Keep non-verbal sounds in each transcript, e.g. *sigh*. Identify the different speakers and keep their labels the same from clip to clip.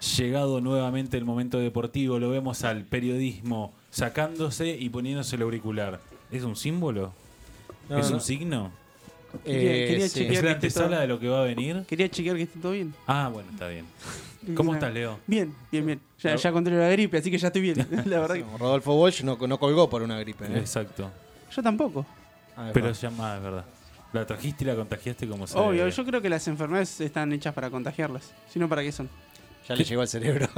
Speaker 1: llegado nuevamente el momento deportivo, lo vemos al periodismo sacándose y poniéndose el auricular. ¿Es un símbolo?
Speaker 2: No,
Speaker 1: ¿Es
Speaker 2: no.
Speaker 1: un signo?
Speaker 2: Eh,
Speaker 3: quería
Speaker 2: sí.
Speaker 1: ¿Es
Speaker 3: chequear.
Speaker 1: la
Speaker 3: que está-
Speaker 1: antesala de lo que va a venir?
Speaker 3: Quería chequear que esté todo bien.
Speaker 1: Ah, bueno, está bien. ¿Cómo estás, Leo?
Speaker 3: Bien, bien, bien. Ya, ya controlé la gripe, así que ya
Speaker 1: *laughs*
Speaker 3: estoy bien. La verdad que
Speaker 2: No, Rodolfo Walsh no, no colgó por una gripe. ¿eh?
Speaker 1: Exacto.
Speaker 3: yo tampoco.
Speaker 2: Ah, es
Speaker 1: Pero
Speaker 2: verdad.
Speaker 1: se llama, es verdad. La trajiste y la contagiaste como se
Speaker 3: Obvio,
Speaker 1: debe.
Speaker 3: yo creo que las enfermedades están hechas para contagiarlas. Si no, ¿para qué son?
Speaker 2: ya le llegó
Speaker 1: *laughs*
Speaker 2: al cerebro.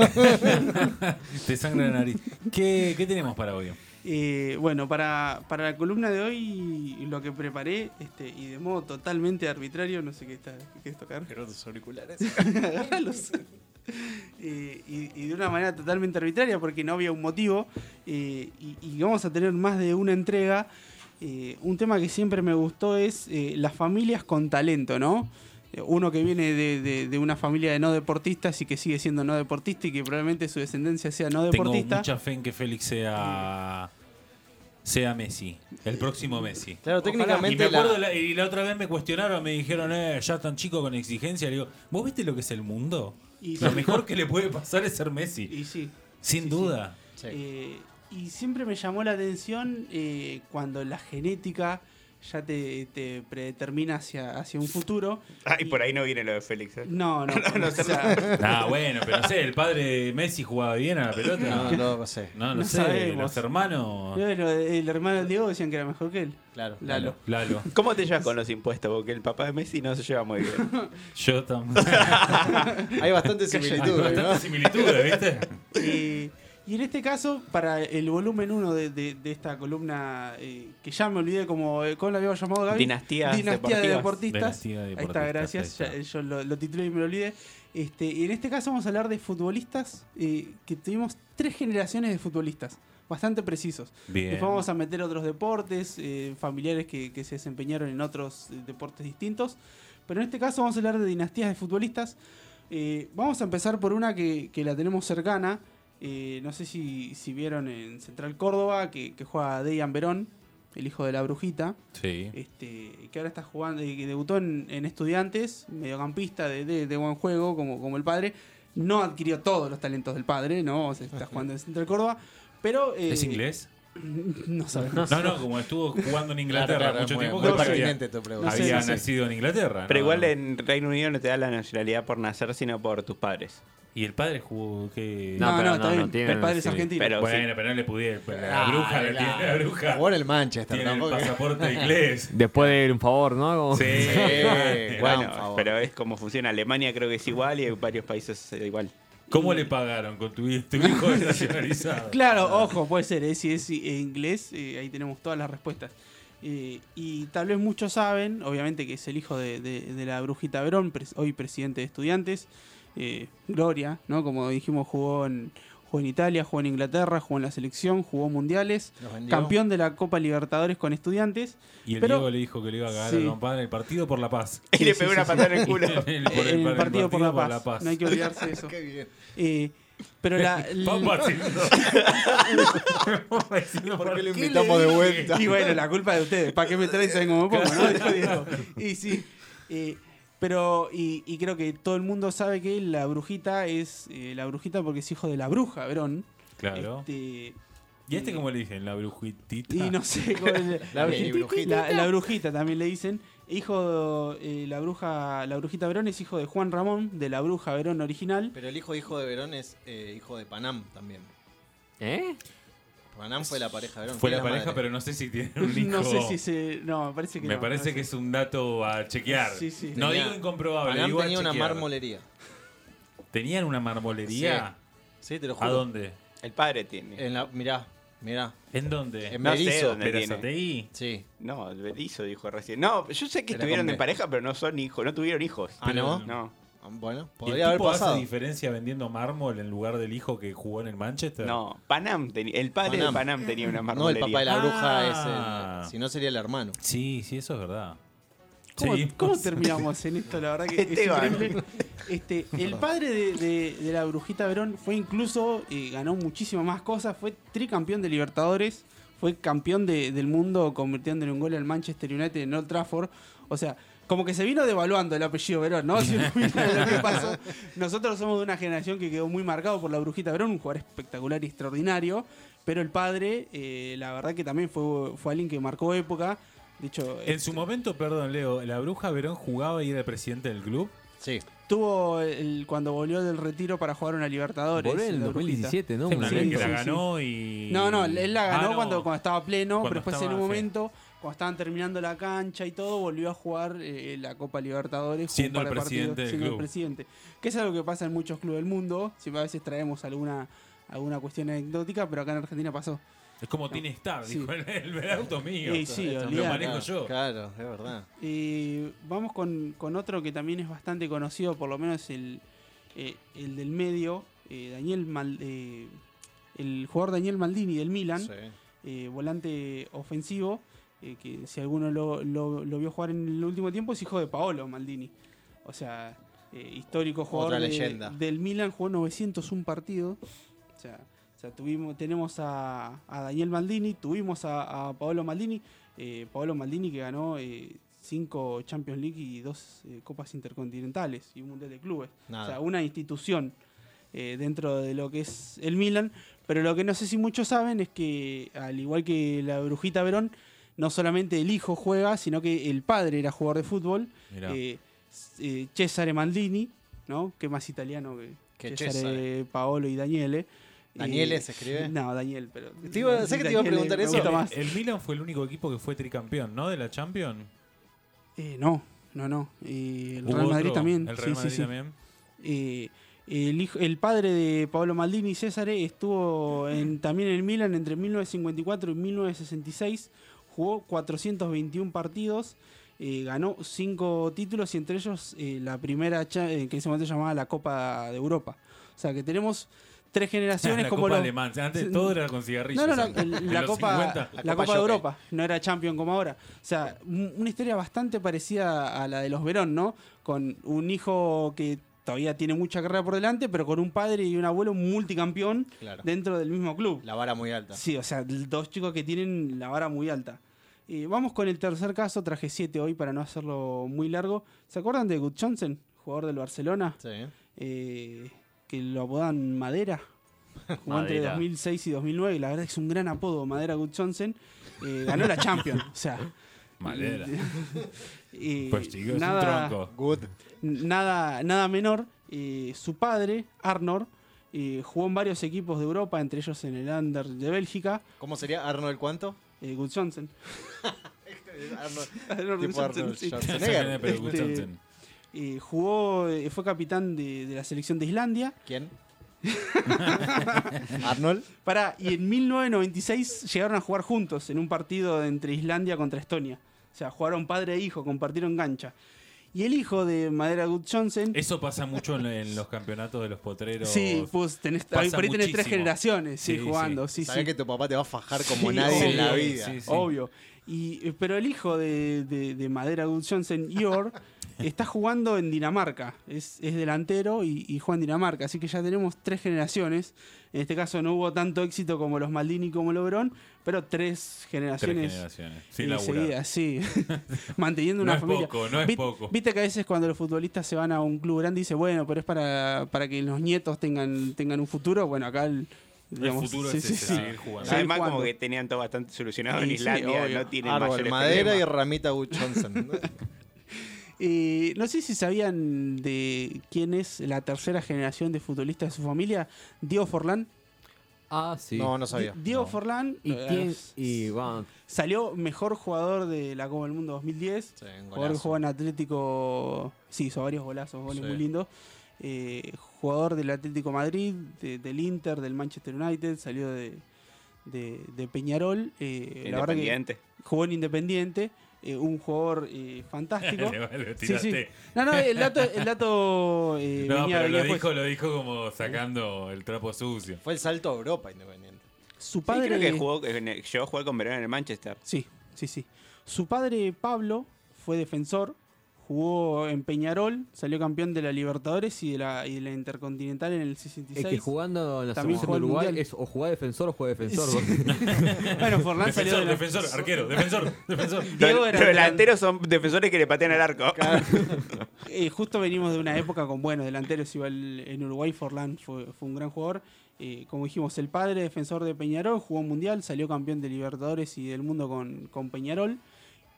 Speaker 1: Te sangra la nariz. ¿Qué, qué tenemos para hoy?
Speaker 3: Eh, bueno, para, para la columna de hoy, lo que preparé, este, y de modo totalmente arbitrario, no sé qué está qué querés tocar.
Speaker 2: tus
Speaker 3: *laughs*
Speaker 2: auriculares.
Speaker 3: Agarralos. Eh, y, y de una manera totalmente arbitraria, porque no había un motivo. eh, y, y vamos a tener más de una entrega. Eh, un tema que siempre me gustó es eh, las familias con talento, ¿no? Eh, Uno que viene de, de- de una familia de no deportistas y que sigue siendo no deportista y que probablemente su descendencia sea no
Speaker 1: Tengo
Speaker 3: deportista.
Speaker 1: mucha fe en que Félix sea sea Messi, el próximo Messi.
Speaker 2: Claro,
Speaker 1: Y me
Speaker 2: técnicamente
Speaker 1: acuerdo,
Speaker 2: la,
Speaker 1: la, y la otra vez me cuestionaron, me dijeron, eh, ya tan chico con exigencia. Le digo, ¿vos viste lo que es el mundo?
Speaker 3: Y
Speaker 1: lo
Speaker 3: sí.
Speaker 1: mejor que le puede pasar es ser Messi,
Speaker 3: Y sí.
Speaker 1: sin
Speaker 3: sí,
Speaker 1: duda.
Speaker 2: Sí.
Speaker 3: Eh, y siempre me llamó la atención eh, cuando la genética ya te, te predetermina hacia, hacia un futuro.
Speaker 4: *laughs* Ah, y por ahí no viene lo de Félix. ¿eh?
Speaker 3: No, no.
Speaker 4: no,
Speaker 3: o sea,
Speaker 1: Ah, bueno, pero no sé, el padre de Messi jugaba bien a la pelota.
Speaker 2: No, no, no sé.
Speaker 1: No, no,
Speaker 3: No
Speaker 1: sé,
Speaker 3: sabemos.
Speaker 1: los hermanos.
Speaker 3: yo, el, el hermano de Diego decían que era mejor que él.
Speaker 2: Claro.
Speaker 3: Lalo.
Speaker 1: Lalo.
Speaker 4: ¿Cómo te llevas con los impuestos? Porque el papá de Messi no se lleva muy bien.
Speaker 2: *laughs*
Speaker 1: Yo
Speaker 3: *laughs*
Speaker 1: también.
Speaker 2: Hay bastante
Speaker 1: Hay
Speaker 2: similitud,
Speaker 1: bastantes
Speaker 2: ¿no?
Speaker 1: similitudes,
Speaker 3: *laughs*
Speaker 1: ¿viste?
Speaker 3: Eh, y en este caso, para el volumen 1 de, de- de esta columna, eh, que ya me olvidé como, eh, ¿cómo la había llamado Gaby?
Speaker 4: Dinastías
Speaker 3: Dinastía de deportistas.
Speaker 1: Dinastía de
Speaker 3: Ahí está,
Speaker 1: deportistas,
Speaker 3: gracias.
Speaker 1: ahí está.
Speaker 3: ya- yo lo, lo titulé y me lo olvidé. Este, y en este caso vamos a hablar de futbolistas, eh, que tuvimos tres generaciones de futbolistas, bastante precisos.
Speaker 1: Bien.
Speaker 3: Después vamos a meter otros deportes, eh, familiares que, que se desempeñaron en otros eh, deportes distintos. Pero en este caso vamos a hablar de dinastías de futbolistas. Eh, vamos a empezar por una que, que la tenemos cercana. Eh, no sé si, si vieron en Central Córdoba que, que juega Dejan Verón, el hijo de la brujita.
Speaker 1: Sí.
Speaker 3: Este, que ahora está jugando, eh, que debutó en, en Estudiantes, mediocampista de, de- de buen juego, como, como el padre. No adquirió todos los talentos del padre, ¿no? O sea, está jugando en Central Córdoba. Pero, eh,
Speaker 1: ¿Es inglés?
Speaker 3: No sabemos.
Speaker 1: No, no, como estuvo jugando en Inglaterra
Speaker 2: Claro, claro,
Speaker 1: mucho
Speaker 2: es muy-
Speaker 1: tiempo,
Speaker 2: muy
Speaker 1: creo que había,
Speaker 2: pertinente tu pregunta.
Speaker 3: No sé,
Speaker 1: había
Speaker 3: no sé.
Speaker 1: nacido en Inglaterra.
Speaker 4: Pero
Speaker 1: ¿no?
Speaker 4: igual en Reino Unido no te da la nacionalidad por nacer, sino por tus padres.
Speaker 1: ¿Y el padre jugó que
Speaker 3: No,
Speaker 5: No,
Speaker 3: no,
Speaker 5: pero
Speaker 3: está
Speaker 5: no, no
Speaker 3: bien.
Speaker 5: tiene-
Speaker 3: el padre es
Speaker 5: sí,
Speaker 3: argentino.
Speaker 4: pero-
Speaker 1: Bueno, pero no le pudiera. pues, La
Speaker 2: Ah,
Speaker 1: bruja, la,
Speaker 2: claro.
Speaker 1: tiene, la bruja
Speaker 2: Jugó en el Manchester,
Speaker 1: tiene el
Speaker 2: tampoco.
Speaker 1: pasaporte inglés.
Speaker 3: *laughs*
Speaker 5: Después de un favor, ¿no? Como-
Speaker 1: Sí.
Speaker 2: *laughs* Sí, gran
Speaker 4: Bueno,
Speaker 2: favor.
Speaker 4: pero es como funciona. Alemania creo que es igual y en varios países es igual.
Speaker 1: ¿Cómo le pagaron con tu, tu
Speaker 3: *laughs*
Speaker 1: hijo nacionalizado?
Speaker 3: Claro, ojo, puede ser. eh, si es eh, inglés, eh, ahí tenemos todas las respuestas. Eh, y tal vez muchos saben, obviamente que es el hijo de, de- de la brujita Verón, pres- hoy presidente de estudiantes. Eh, Gloria, ¿no? Como dijimos, jugó en, jugó en Italia, jugó en Inglaterra, jugó en la selección, jugó mundiales.
Speaker 2: Nos vendió.
Speaker 3: Campeón de la Copa Libertadores con estudiantes.
Speaker 1: Y el
Speaker 3: Pero-
Speaker 1: Diego le dijo que le iba a ganar
Speaker 3: Sí.
Speaker 1: al compadre el partido por la paz.
Speaker 4: Y le pegó una patada en el culo.
Speaker 1: *laughs* el,
Speaker 3: eh, en el partido, por, la paz. No hay que olvidarse
Speaker 2: *laughs*
Speaker 3: de eso.
Speaker 2: Qué bien.
Speaker 3: Eh, pero la,
Speaker 1: Papá, sí,
Speaker 3: *laughs*
Speaker 1: no.
Speaker 2: ¿Por qué lo invitamos de vuelta?
Speaker 3: Y bueno, la culpa de ustedes. ¿Para qué me traen? ¿Saben cómo me pongo, no? Dijo Diego. Y sí. eh, pero, y, y creo que todo el mundo sabe que la brujita es eh, la brujita porque es hijo de la bruja, Verón.
Speaker 1: Claro.
Speaker 3: Este,
Speaker 1: ¿Y a este cómo le dicen? ¿La brujitita?
Speaker 3: y no
Speaker 1: *laughs*
Speaker 3: sé cómo es-
Speaker 2: La brujita.
Speaker 3: La, la brujita también le dicen. Hijo, eh, la bruja, la brujita Verón es hijo de Juan Ramón, de la bruja Verón original.
Speaker 2: Pero el hijo hijo de Verón es eh, hijo de Panam también.
Speaker 5: ¿Eh?
Speaker 2: Panam fue la pareja de Verón.
Speaker 1: Fue la
Speaker 2: madre.
Speaker 1: pareja, pero no sé si tienen un hijo.
Speaker 3: No sé si se. No, me parece que
Speaker 1: Me
Speaker 3: no,
Speaker 1: parece que es un dato a chequear.
Speaker 3: Sí, sí.
Speaker 1: No
Speaker 2: Tenía-
Speaker 1: digo incomprobable,
Speaker 2: Panam
Speaker 1: digo a
Speaker 2: tenía una
Speaker 1: chequear.
Speaker 2: marmolería.
Speaker 1: ¿Tenían una marmolería?
Speaker 2: Sí, te lo juro.
Speaker 1: ¿A dónde?
Speaker 4: El padre tiene.
Speaker 2: En la, mirá, mirá.
Speaker 1: ¿En dónde?
Speaker 2: En
Speaker 4: No sé
Speaker 2: Berizo.
Speaker 4: dónde tiene.
Speaker 1: Berazategui?
Speaker 2: Sí.
Speaker 4: No, el Berizo dijo recién. No, yo sé que
Speaker 2: Era
Speaker 4: estuvieron
Speaker 2: con
Speaker 4: en
Speaker 2: B.
Speaker 4: pareja, pero no son hijos, no tuvieron hijos.
Speaker 2: Ah, ¿no?
Speaker 4: No.
Speaker 2: Ah, Bueno,
Speaker 1: ¿Y
Speaker 2: podría
Speaker 1: el
Speaker 2: haber
Speaker 1: tipo
Speaker 2: pasado.
Speaker 1: hace diferencia vendiendo mármol en lugar del hijo que jugó en el Manchester?
Speaker 4: No, Panam tenía, el padre
Speaker 2: Panam.
Speaker 4: de Panam tenía una
Speaker 2: No, el
Speaker 4: marmolería.
Speaker 2: papá de la bruja
Speaker 1: Ah.
Speaker 2: es el. Si no, sería el hermano.
Speaker 1: Sí, sí, eso es verdad.
Speaker 3: ¿Cómo,
Speaker 1: Seguimos. *laughs*
Speaker 3: cómo terminamos en esto? La verdad que es
Speaker 4: Esteban.
Speaker 3: increíble. Este, el padre de, de- de la brujita Verón fue incluso, eh, ganó muchísimas más cosas, fue tricampeón de Libertadores, fue campeón de- del mundo convirtiéndole un gol al Manchester United en Old Trafford. O sea, Como que se vino devaluando el apellido Verón, ¿no? *laughs* Si uno mira lo que pasó. Nosotros somos de una generación que quedó muy marcado por la Brujita Verón, un jugador espectacular y extraordinario. Pero el padre, eh, la verdad que también fue, fue alguien que marcó época. De hecho, eh,
Speaker 1: En su momento, perdón, Leo, la bruja Verón jugaba y era presidente del club.
Speaker 2: Sí.
Speaker 3: tuvo el, cuando volvió del retiro para jugar una Libertadores.
Speaker 5: Volvió en el
Speaker 3: la Brujita.
Speaker 5: 2017, ¿no?
Speaker 1: Sí,
Speaker 5: Una
Speaker 1: una vez
Speaker 5: vez.
Speaker 1: que la
Speaker 3: sí,
Speaker 1: ganó y.
Speaker 3: No, no, él la
Speaker 1: Ah,
Speaker 3: ganó
Speaker 1: no.
Speaker 3: cuando, cuando estaba pleno,
Speaker 1: Cuando
Speaker 3: pero después
Speaker 1: estaba,
Speaker 3: en un
Speaker 1: sí.
Speaker 3: momento, cuando estaban terminando la cancha y todo, volvió a jugar eh, la Copa Libertadores. jugó
Speaker 1: Siendo
Speaker 3: un par
Speaker 1: el
Speaker 3: de
Speaker 1: presidente
Speaker 3: partidos,
Speaker 1: del
Speaker 3: siendo el
Speaker 1: club.
Speaker 3: presidente. Que es algo que pasa en muchos clubes del mundo. Siempre a veces traemos alguna, alguna cuestión anecdótica, pero acá en Argentina pasó.
Speaker 1: Es como tiene Star,
Speaker 3: Sí.
Speaker 1: dijo el, el auto mío.
Speaker 3: Y sí,
Speaker 1: Esto lo
Speaker 3: olvidate.
Speaker 1: manejo yo.
Speaker 2: Claro, es verdad.
Speaker 3: Eh, vamos con, con otro que también es bastante conocido, por lo menos el, eh, el del medio, eh, Daniel Mal- eh, el jugador Daniel Maldini del Milan.
Speaker 2: Sí.
Speaker 3: eh, volante ofensivo, eh, que si alguno lo, lo- lo vio jugar en el último tiempo, es hijo de Paolo Maldini. O sea, eh, histórico jugador
Speaker 2: Otra
Speaker 3: de-
Speaker 2: leyenda.
Speaker 3: del Milan, jugó 901 partidos. O sea, o sea, tuvimos, tenemos a, a Daniel Maldini, tuvimos a, a Paolo Maldini. eh, Paolo Maldini que ganó 5 Champions League y 2 Copas Intercontinentales y un Mundial de Clubes.
Speaker 2: Nada.
Speaker 3: O sea, una institución eh, dentro de lo que es el Milan. Pero lo que no sé si muchos saben es que, al igual que la Brujita Verón, no solamente el hijo juega, sino que el padre era jugador de fútbol.
Speaker 1: Mirá.
Speaker 3: eh, eh, Cesare Maldini, ¿no? Que más italiano que,
Speaker 2: Que
Speaker 3: Paolo y Daniele. Eh,
Speaker 2: ¿Daniele se escribe?
Speaker 3: No, Daniel, pero.
Speaker 2: Te iba- sé que te iba a
Speaker 3: Daniele
Speaker 2: preguntar
Speaker 3: me
Speaker 2: eso. Eh,
Speaker 3: gusta
Speaker 1: El- *laughs*
Speaker 3: más.
Speaker 1: El Milan fue el único equipo que fue tricampeón, ¿no? De la Champions.
Speaker 3: Eh, no, no, no. Eh, el
Speaker 1: Hubo
Speaker 3: Real Madrid
Speaker 1: otro,
Speaker 3: también.
Speaker 1: El
Speaker 3: sí,
Speaker 1: Real Madrid
Speaker 3: sí, sí.
Speaker 1: también.
Speaker 3: Eh, el, hijo- el padre de Pablo Maldini, César, estuvo en- también en el Milan entre 1954 y 1966. Jugó 421 partidos, eh, ganó 5 títulos y entre ellos eh, la primera cha- eh, que en ese momento llamaba la Copa de Europa. O sea que tenemos
Speaker 1: *laughs*
Speaker 3: tres generaciones
Speaker 1: la
Speaker 3: como
Speaker 1: Copa
Speaker 3: los-
Speaker 1: Alemán. Antes todo era con cigarrillos.
Speaker 3: no, no, la,
Speaker 1: antes.
Speaker 3: el-
Speaker 1: En
Speaker 3: la
Speaker 1: los
Speaker 3: Copa,
Speaker 1: 50.
Speaker 2: La
Speaker 3: la Copa
Speaker 2: Copa
Speaker 3: de
Speaker 2: Jockey.
Speaker 3: Europa no era Champion como ahora. O sea, un- una historia bastante parecida a la de los Verón, ¿no? Con un hijo que todavía tiene mucha carrera por delante, pero con un padre y un abuelo multicampeón
Speaker 2: Claro.
Speaker 3: dentro del mismo club.
Speaker 2: La vara muy alta.
Speaker 3: Sí, o sea, l- dos chicos que tienen la vara muy alta. Eh, vamos con el tercer caso, traje siete hoy para no hacerlo muy largo. ¿Se acuerdan de Good Johnson, jugador del Barcelona?
Speaker 2: Sí.
Speaker 3: eh, que lo apodan Madera.
Speaker 1: *laughs*
Speaker 3: Jugó entre
Speaker 5: Madera.
Speaker 3: 2006 y 2009, y la verdad es que es un gran apodo, Madera Good Johnson. Eh, ganó la Champions, o sea.
Speaker 1: Madera.
Speaker 3: eh,
Speaker 1: Pues chicos,
Speaker 3: nada,
Speaker 1: es un tronco. *laughs*
Speaker 2: Good.
Speaker 3: nada, nada menor, eh, su padre, Arnor, eh, jugó en varios equipos de Europa, entre ellos en el Under de Bélgica,
Speaker 2: ¿Cómo sería Arnold cuánto?
Speaker 3: eh, Good
Speaker 2: *laughs*
Speaker 3: Johnson.
Speaker 2: Arnold.
Speaker 3: Arnor Good
Speaker 2: Tipo Arnold
Speaker 3: Johnson, sí.
Speaker 2: Schwarzenegger.
Speaker 1: Pero Good
Speaker 3: Este-
Speaker 1: Johnson.
Speaker 3: Eh, jugó, eh, fue capitán de- de la selección de Islandia. *laughs*
Speaker 2: ¿Quién? Arnold.
Speaker 3: Pará, y en 1996 llegaron a jugar juntos en un partido entre Islandia contra Estonia. O sea, jugaron padre e hijo, compartieron cancha. Y el hijo de Madera Good Johnson.
Speaker 1: Eso pasa mucho en, en los campeonatos de los potreros.
Speaker 3: sí, pues tenés,
Speaker 1: pasa
Speaker 3: ahí por ahí tenés
Speaker 1: muchísimo.
Speaker 3: tres generaciones sí,
Speaker 1: Sí,
Speaker 3: jugando. Sí,
Speaker 2: Sabés
Speaker 3: sí,
Speaker 2: que tu papá te va a fajar como
Speaker 3: Sí,
Speaker 2: nadie en
Speaker 3: sí,
Speaker 2: la
Speaker 1: sí,
Speaker 2: vida.
Speaker 1: sí, sí.
Speaker 3: obvio. Y, eh, pero el hijo de, de- de Madera Good Johnson, Ior,
Speaker 1: *laughs*
Speaker 3: está jugando en Dinamarca. Es, es delantero y, y juega en Dinamarca. Así que ya tenemos tres generaciones. En este caso no hubo tanto éxito como los Maldini como Lobrón, pero tres
Speaker 1: Tres
Speaker 3: generaciones.
Speaker 1: generaciones. Sin
Speaker 3: Y
Speaker 1: laburar. *laughs*
Speaker 3: seguida, sí. Manteniendo
Speaker 1: No
Speaker 3: una
Speaker 1: es
Speaker 3: familia.
Speaker 1: poco, no es
Speaker 3: Vi-
Speaker 1: poco.
Speaker 3: Viste que a veces cuando los futbolistas se van a un club grande y dice, bueno, pero es para, para que los nietos tengan, tengan un futuro. Bueno, acá el. digamos,
Speaker 1: el futuro
Speaker 3: sí,
Speaker 1: es
Speaker 3: sí,
Speaker 1: ese,
Speaker 3: sí.
Speaker 1: seguir jugando. *laughs*
Speaker 3: Sí.
Speaker 4: Además,
Speaker 3: jugando.
Speaker 4: como que tenían todo bastante solucionado en
Speaker 3: Sí, sí,
Speaker 4: Islandia,
Speaker 3: obvio.
Speaker 4: no tienen
Speaker 2: Árbol,
Speaker 4: mayor
Speaker 2: madera y ramita Wood
Speaker 3: *laughs*
Speaker 2: Johnson.
Speaker 3: Eh, no sé si sabían de quién es la tercera generación de futbolistas de su familia. Diego Forlán.
Speaker 5: Ah, sí.
Speaker 2: No, no sabía.
Speaker 3: Di- Diego
Speaker 2: No.
Speaker 3: Forlán
Speaker 5: ¿Y
Speaker 3: eh,
Speaker 5: quién? Y bueno,
Speaker 3: salió mejor jugador de la Copa del Mundo 2010.
Speaker 2: Sí, un
Speaker 3: Jugador que
Speaker 2: golazo.
Speaker 3: juega en Atlético. Sí, hizo varios golazos, goles
Speaker 2: Sí.
Speaker 3: muy lindos. Eh, jugador del Atlético Madrid, de- del Inter, del Manchester United, salió de, de- de Peñarol. eh, la verdad que
Speaker 4: Independiente.
Speaker 3: jugó en Independiente. eh, un jugador eh,
Speaker 1: *laughs*
Speaker 3: fantástico.
Speaker 1: Le- le
Speaker 3: Sí, sí.
Speaker 1: tiraste.
Speaker 3: No, no, el dato, el dato eh,
Speaker 1: *laughs* No,
Speaker 3: venía,
Speaker 1: pero
Speaker 3: venía
Speaker 1: lo dijo,
Speaker 3: puesto.
Speaker 1: lo dijo como sacando el trapo sucio.
Speaker 2: Fue el salto a Europa independiente.
Speaker 3: Su
Speaker 4: Sí,
Speaker 3: padre.
Speaker 4: creo que jugó, en el- llegó a jugar con Verón en el Manchester.
Speaker 3: Sí, sí, sí. Su padre Pablo fue defensor, jugó en Peñarol, salió campeón de la Libertadores y de la, y de la Intercontinental en el 66.
Speaker 5: Es que jugando en la
Speaker 3: También
Speaker 5: selección
Speaker 3: jugó
Speaker 5: de
Speaker 3: al
Speaker 5: Uruguay
Speaker 3: Mundial.
Speaker 5: es o juega defensor o juega defensor.
Speaker 3: Sí. bueno, Forlán
Speaker 1: Defensor,
Speaker 3: salió de la-
Speaker 1: defensor, arquero, defensor,
Speaker 3: *laughs*
Speaker 1: defensor.
Speaker 3: Diego era
Speaker 4: Los
Speaker 3: delan-
Speaker 4: delanteros son defensores que le patean al arco. *laughs*
Speaker 3: eh, justo venimos de una época con buenos delanteros, igual en Uruguay Forlán fue, fue un gran jugador. Eh, como dijimos, el padre defensor de Peñarol, jugó un mundial, salió campeón de Libertadores y del mundo con, con Peñarol.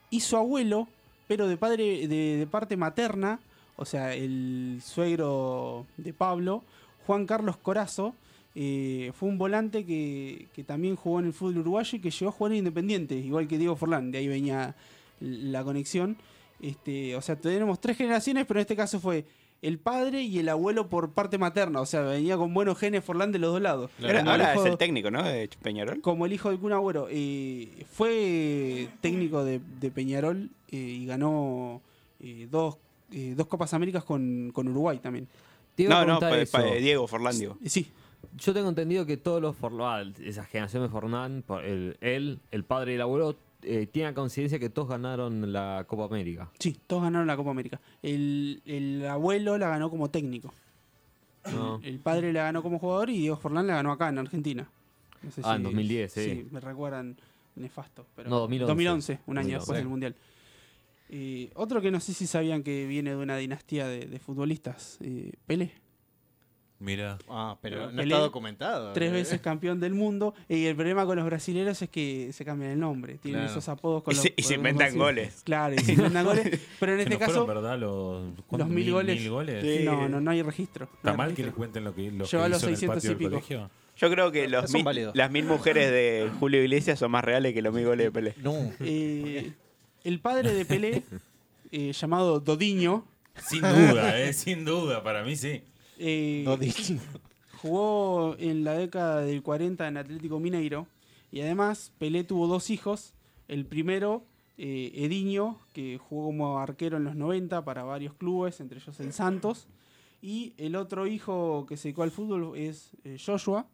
Speaker 3: Y su abuelo, pero de padre de, de parte materna, o sea, el suegro de Pablo, Juan Carlos Corazo, eh, fue un volante que, que también jugó en el fútbol uruguayo y que llegó a jugar en Independiente, igual que Diego Forlán, de ahí venía l- la conexión. Este, o sea, tenemos tres generaciones, pero en este caso fue el padre y el abuelo por parte materna. O sea, venía con buenos genes Forlán de los dos lados.
Speaker 4: Ahora-
Speaker 3: Como el
Speaker 4: ahora es
Speaker 3: hijo-
Speaker 4: el técnico, ¿no? De Peñarol.
Speaker 3: como el hijo de Kun Agüero. eh, fue técnico de, de Peñarol eh, y ganó eh, dos, eh, dos Copas Américas con, con Uruguay también.
Speaker 5: Diego
Speaker 4: No, no, pa- pa- eh, Diego Forlán, Diego.
Speaker 3: Eh, Sí,
Speaker 5: Yo tengo entendido que todos los Forlán, esa generación de Forlán, por- el- él, el padre y el abuelo, eh, tienen conciencia que todos ganaron la Copa América.
Speaker 3: sí, todos ganaron la Copa América. El, el abuelo la ganó como técnico.
Speaker 5: ¿no?
Speaker 3: El padre la ganó como jugador y Diego Forlán la ganó acá en Argentina. No sé
Speaker 5: Ah, en 2010, sí.
Speaker 3: me recuerdan nefasto. Pero
Speaker 5: No, 2011.
Speaker 3: 2011, un año
Speaker 5: 2011.
Speaker 3: después del Mundial. Eh, otro que no sé si sabían que viene de una dinastía de, de futbolistas, eh, Pelé.
Speaker 1: Mira.
Speaker 2: Ah, pero no
Speaker 3: Pelé,
Speaker 2: está documentado.
Speaker 3: tres
Speaker 2: eh.
Speaker 3: veces campeón del mundo. Y el problema con los brasileños es que se cambian el nombre. Tienen
Speaker 2: Claro.
Speaker 3: esos apodos con
Speaker 4: Y
Speaker 3: los
Speaker 4: se, y se
Speaker 3: con los
Speaker 4: inventan
Speaker 3: brasileños.
Speaker 4: goles.
Speaker 3: Claro, y se inventan goles. Pero en
Speaker 1: Se
Speaker 3: este
Speaker 1: nos fueron,
Speaker 3: caso,
Speaker 1: ¿verdad? Los, ¿cuántos?
Speaker 3: los mil goles.
Speaker 1: mil goles.
Speaker 4: Sí.
Speaker 3: No, no, no hay registro. no
Speaker 1: ¿Está
Speaker 3: hay
Speaker 1: mal que les
Speaker 3: registro.
Speaker 1: cuenten lo que, lo que
Speaker 3: Lleva
Speaker 1: hizo
Speaker 3: los
Speaker 1: en el
Speaker 3: 600
Speaker 1: patio
Speaker 3: y
Speaker 1: del
Speaker 3: pico. *laughs*
Speaker 1: colegio?
Speaker 4: Yo creo que los
Speaker 2: Son
Speaker 4: mil-
Speaker 2: válidos.
Speaker 4: las mil mujeres de Julio Iglesias son más reales que los mil goles de Pelé.
Speaker 2: No.
Speaker 3: Eh, el padre de Pelé, eh, llamado Dodiño,
Speaker 1: Sin duda, eh, sin duda, para mí sí.
Speaker 3: eh,
Speaker 2: No dije.
Speaker 3: jugó en la década del 40 en Atlético Mineiro. Y además, Pelé tuvo dos hijos. El primero, eh, Ediño, que jugó como arquero en los 90 para varios clubes, entre ellos el Santos. Y el otro hijo que se dedicó al fútbol es eh, Joshua,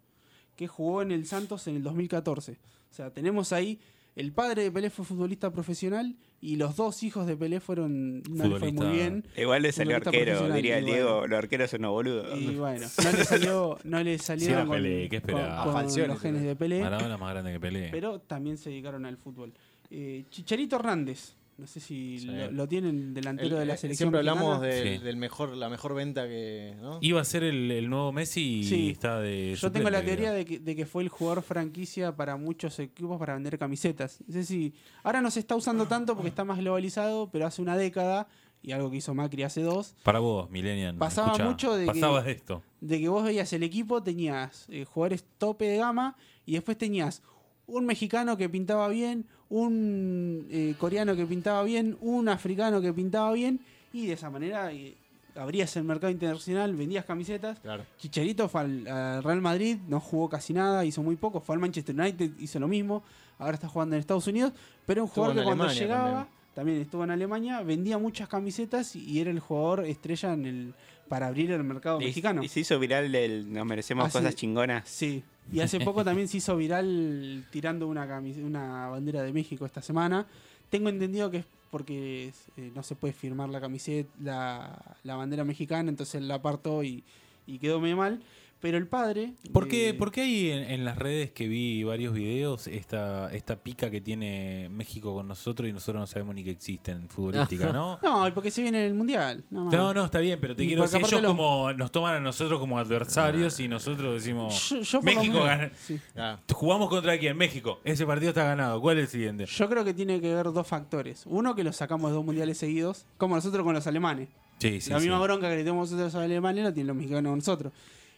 Speaker 3: que jugó en el Santos en el 2014. O sea, tenemos ahí. El padre de Pelé fue futbolista profesional y los dos hijos de Pelé fueron. No le fue
Speaker 1: Futbolista.
Speaker 3: muy bien.
Speaker 4: Igual es el
Speaker 3: Futbolista
Speaker 4: arquero,
Speaker 3: profesional,
Speaker 4: diría el
Speaker 3: y bueno.
Speaker 4: Diego. Los arqueros son unos boludos.
Speaker 1: *laughs*
Speaker 3: Y bueno, no le salió, no le salieron
Speaker 1: era
Speaker 3: con,
Speaker 1: Pelé, ¿qué
Speaker 3: con-
Speaker 1: esperaba?
Speaker 3: con
Speaker 2: A Falcioni,
Speaker 3: los genes
Speaker 2: pero-
Speaker 3: de Pelé,
Speaker 1: Maradona es más grande que Pelé.
Speaker 3: pero también se dedicaron al fútbol. Eh, Chicharito Hernández, no sé si
Speaker 2: Sí.
Speaker 3: lo, lo tienen delantero
Speaker 2: El-
Speaker 3: de la
Speaker 2: eh,
Speaker 3: selección.
Speaker 2: Siempre hablamos
Speaker 3: mexicana.
Speaker 2: del,
Speaker 1: Sí.
Speaker 2: del mejor, la mejor venta que. ¿no?
Speaker 1: Iba a ser el, el nuevo Messi y
Speaker 3: Sí.
Speaker 1: está de.
Speaker 3: Yo tengo la
Speaker 1: suplente,
Speaker 3: teoría
Speaker 1: creo.
Speaker 3: de que, de que fue el jugador franquicia para muchos equipos para vender camisetas. Es decir, ahora no se está usando tanto porque está más globalizado, pero hace una década, y algo que hizo Macri hace dos,
Speaker 1: Para vos, Millennial.
Speaker 3: Pasaba mucho de que-
Speaker 1: Pasabas esto.
Speaker 3: de que vos veías el equipo, tenías eh, jugadores tope de gama y después tenías un mexicano que pintaba bien, un eh, coreano que pintaba bien, un africano que pintaba bien y de esa manera eh, abrías el mercado internacional, vendías camisetas.
Speaker 2: Claro.
Speaker 3: Chicharito fue al, al Real Madrid, no jugó casi nada, hizo muy poco, fue al Manchester United, hizo lo mismo, ahora está jugando en Estados Unidos, pero era un
Speaker 2: Estuvo
Speaker 3: jugador
Speaker 2: en
Speaker 3: que cuando
Speaker 2: Alemania
Speaker 3: llegaba, también.
Speaker 2: también.
Speaker 3: estuvo en Alemania, vendía muchas camisetas y era el jugador estrella en el para abrir el mercado
Speaker 4: Y-
Speaker 3: oh, mexicano.
Speaker 4: Y se hizo viral el nos merecemos
Speaker 3: Ah, sí.
Speaker 4: cosas chingonas.
Speaker 3: Sí. Y
Speaker 1: *laughs*
Speaker 3: hace poco también se hizo viral tirando una, camis- una bandera de México esta semana. Tengo entendido que es porque eh, no se puede firmar la camiseta, la, la bandera mexicana, entonces la apartó y, y quedó medio mal. Pero el padre.
Speaker 1: ¿Por
Speaker 3: de-
Speaker 1: qué, por qué hay en, en las redes que vi varios videos esta, esta pica que tiene México con nosotros y nosotros no sabemos ni que
Speaker 3: *laughs*
Speaker 1: existen futbolística, ¿no?
Speaker 3: No, y porque se viene el mundial. nada más.
Speaker 1: No, no, está bien, pero te
Speaker 3: Y
Speaker 1: quiero
Speaker 3: porque
Speaker 1: decir, ellos
Speaker 3: aparte lo-
Speaker 1: como nos toman a nosotros como adversarios y nosotros decimos,
Speaker 3: *laughs* Yo, yo por lo
Speaker 1: México
Speaker 3: menos-
Speaker 1: gana.
Speaker 3: sí.
Speaker 2: Ah,
Speaker 1: jugamos contra quién, México, ese partido está ganado, ¿cuál es el siguiente?
Speaker 3: Yo creo que tiene que ver dos factores. Uno, que los sacamos de dos mundiales seguidos, como nosotros con los alemanes.
Speaker 1: Sí, sí,
Speaker 3: la misma
Speaker 1: sí.
Speaker 3: bronca que le tenemos nosotros a los alemanes la tienen los mexicanos con nosotros.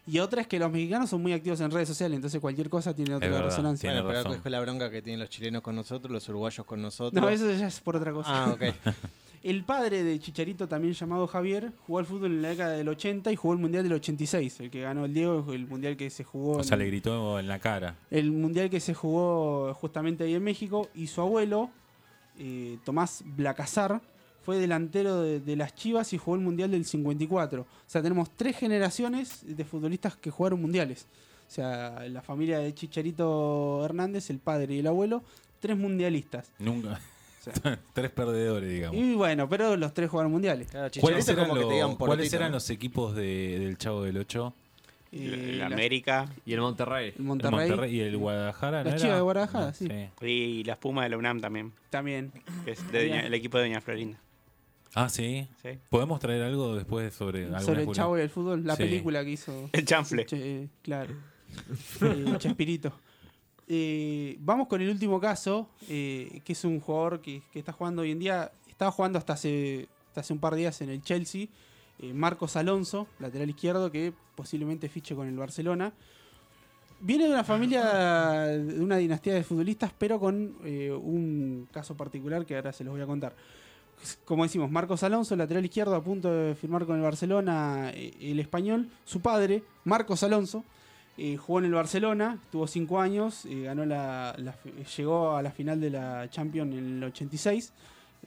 Speaker 3: Y otra es que los mexicanos son muy activos en redes sociales, entonces cualquier cosa tiene otra
Speaker 1: verdad,
Speaker 3: resonancia.
Speaker 1: tiene
Speaker 2: bueno, pero
Speaker 1: razón.
Speaker 2: es la bronca que tienen los chilenos con nosotros, los uruguayos con nosotros.
Speaker 3: No, eso ya es por otra cosa. *laughs*
Speaker 2: Ah, ok.
Speaker 3: El padre de Chicharito, también llamado Javier, jugó al fútbol en la década del 80 y jugó el Mundial del 86. El que ganó el Diego, el Mundial que se jugó...
Speaker 1: O sea,
Speaker 3: en-
Speaker 1: le gritó en la cara.
Speaker 3: el mundial que se jugó justamente ahí en México y su abuelo, eh, Tomás Blacazar, fue delantero de, de las Chivas y jugó el mundial del 54. O sea, tenemos tres generaciones de futbolistas que jugaron mundiales. O sea, la familia de Chicharito Hernández, el padre y el abuelo, tres mundialistas.
Speaker 1: Nunca. *laughs* Tres perdedores, digamos.
Speaker 3: Y bueno, pero los tres jugaron mundiales.
Speaker 2: Claro,
Speaker 1: ¿Cuáles
Speaker 2: Chicharito es
Speaker 1: eran,
Speaker 2: como que
Speaker 1: lo-
Speaker 2: te digan por
Speaker 1: cuáles eran los equipos de- del Chavo del 8?
Speaker 3: Y
Speaker 4: el
Speaker 3: las-
Speaker 4: América
Speaker 5: Y el Monterrey.
Speaker 3: el Monterrey,
Speaker 1: y el Guadalajara. ¿no
Speaker 3: Las
Speaker 1: era? Ah,
Speaker 3: Chivas de Guadalajara, sí.
Speaker 4: y la espuma de la UNAM también,
Speaker 3: también.
Speaker 4: que es de Doña- el equipo de Doña Florinda.
Speaker 1: Ah, sí.
Speaker 4: ¿sí?
Speaker 1: ¿Podemos traer algo después sobre alguna
Speaker 3: Sobre el
Speaker 1: jugada?
Speaker 3: Chavo y el fútbol, la
Speaker 1: Sí.
Speaker 3: película que hizo.
Speaker 4: El chanfle.
Speaker 3: Che, claro. Eh, Chespirito. Eh, vamos con el último caso, eh, que es un jugador que, que está jugando hoy en día. Estaba jugando hasta hace, hasta hace un par de días en el Chelsea. eh, Marcos Alonso, lateral izquierdo, que posiblemente fiche con el Barcelona. Viene de una familia, de una dinastía de futbolistas, pero con eh, un caso particular que ahora se los voy a contar como decimos, Marcos Alonso, lateral izquierdo, a punto de firmar con el Barcelona, eh, el español. Su padre, Marcos Alonso, eh, jugó en el Barcelona, tuvo cinco años, eh, ganó la, la fi- eh, llegó a la final de la Champions en el 86.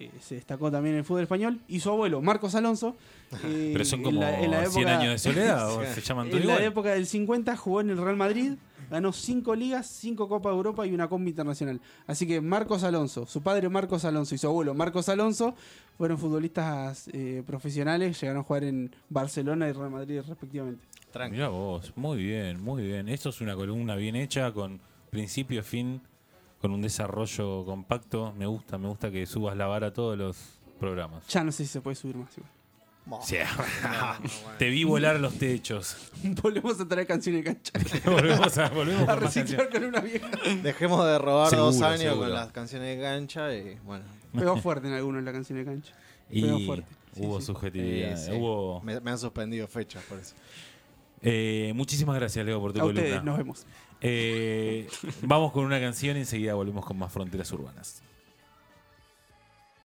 Speaker 3: eh, se destacó también en el fútbol español. Y su abuelo, Marcos Alonso. eh,
Speaker 1: *laughs* Pero son
Speaker 3: en
Speaker 1: como
Speaker 3: la- en la
Speaker 1: 100
Speaker 3: época-
Speaker 1: años de
Speaker 3: *laughs*
Speaker 1: soledad, o se llaman todo
Speaker 3: en la
Speaker 1: igual.
Speaker 3: época del 50 jugó en el Real Madrid, ganó 5 ligas, 5 Copa de Europa y una Copa Internacional. Así que Marcos Alonso, su padre Marcos Alonso y su abuelo Marcos Alonso fueron futbolistas eh, profesionales, llegaron a jugar en Barcelona y Real Madrid respectivamente.
Speaker 1: *laughs*
Speaker 2: Tranqui.
Speaker 1: Mirá vos, muy bien, muy bien. Esto es una columna bien hecha, con principio, fin, con un desarrollo compacto. Me gusta, me gusta que subas la vara a todos los programas.
Speaker 3: Ya no sé si se puede subir más. igual. *laughs*
Speaker 2: Bah.
Speaker 1: Sí.
Speaker 2: No, no, Ah, bueno.
Speaker 1: Te vi volar los techos. *laughs*
Speaker 3: Volvemos a traer canciones de cancha.
Speaker 1: volvemos a, volvemos
Speaker 3: A
Speaker 1: con más canciones.
Speaker 3: reciclar con
Speaker 1: *laughs*
Speaker 3: una vieja.
Speaker 2: Dejemos de robar dos
Speaker 1: Seguro,
Speaker 2: años
Speaker 1: seguro.
Speaker 2: con las canciones de cancha y bueno.
Speaker 3: Pegó fuerte en algunos la canción de cancha.
Speaker 1: Y
Speaker 3: Pegó fuerte. Sí,
Speaker 1: hubo
Speaker 3: sí.
Speaker 1: subjetividad.
Speaker 2: Eh, sí.
Speaker 1: hubo,
Speaker 2: Me, me han suspendido fechas por eso.
Speaker 1: eh, muchísimas gracias, Leo, por tu
Speaker 3: A
Speaker 1: columna.
Speaker 3: ustedes, nos vemos.
Speaker 1: Eh, vamos con una canción y enseguida volvemos con más Fronteras Urbanas.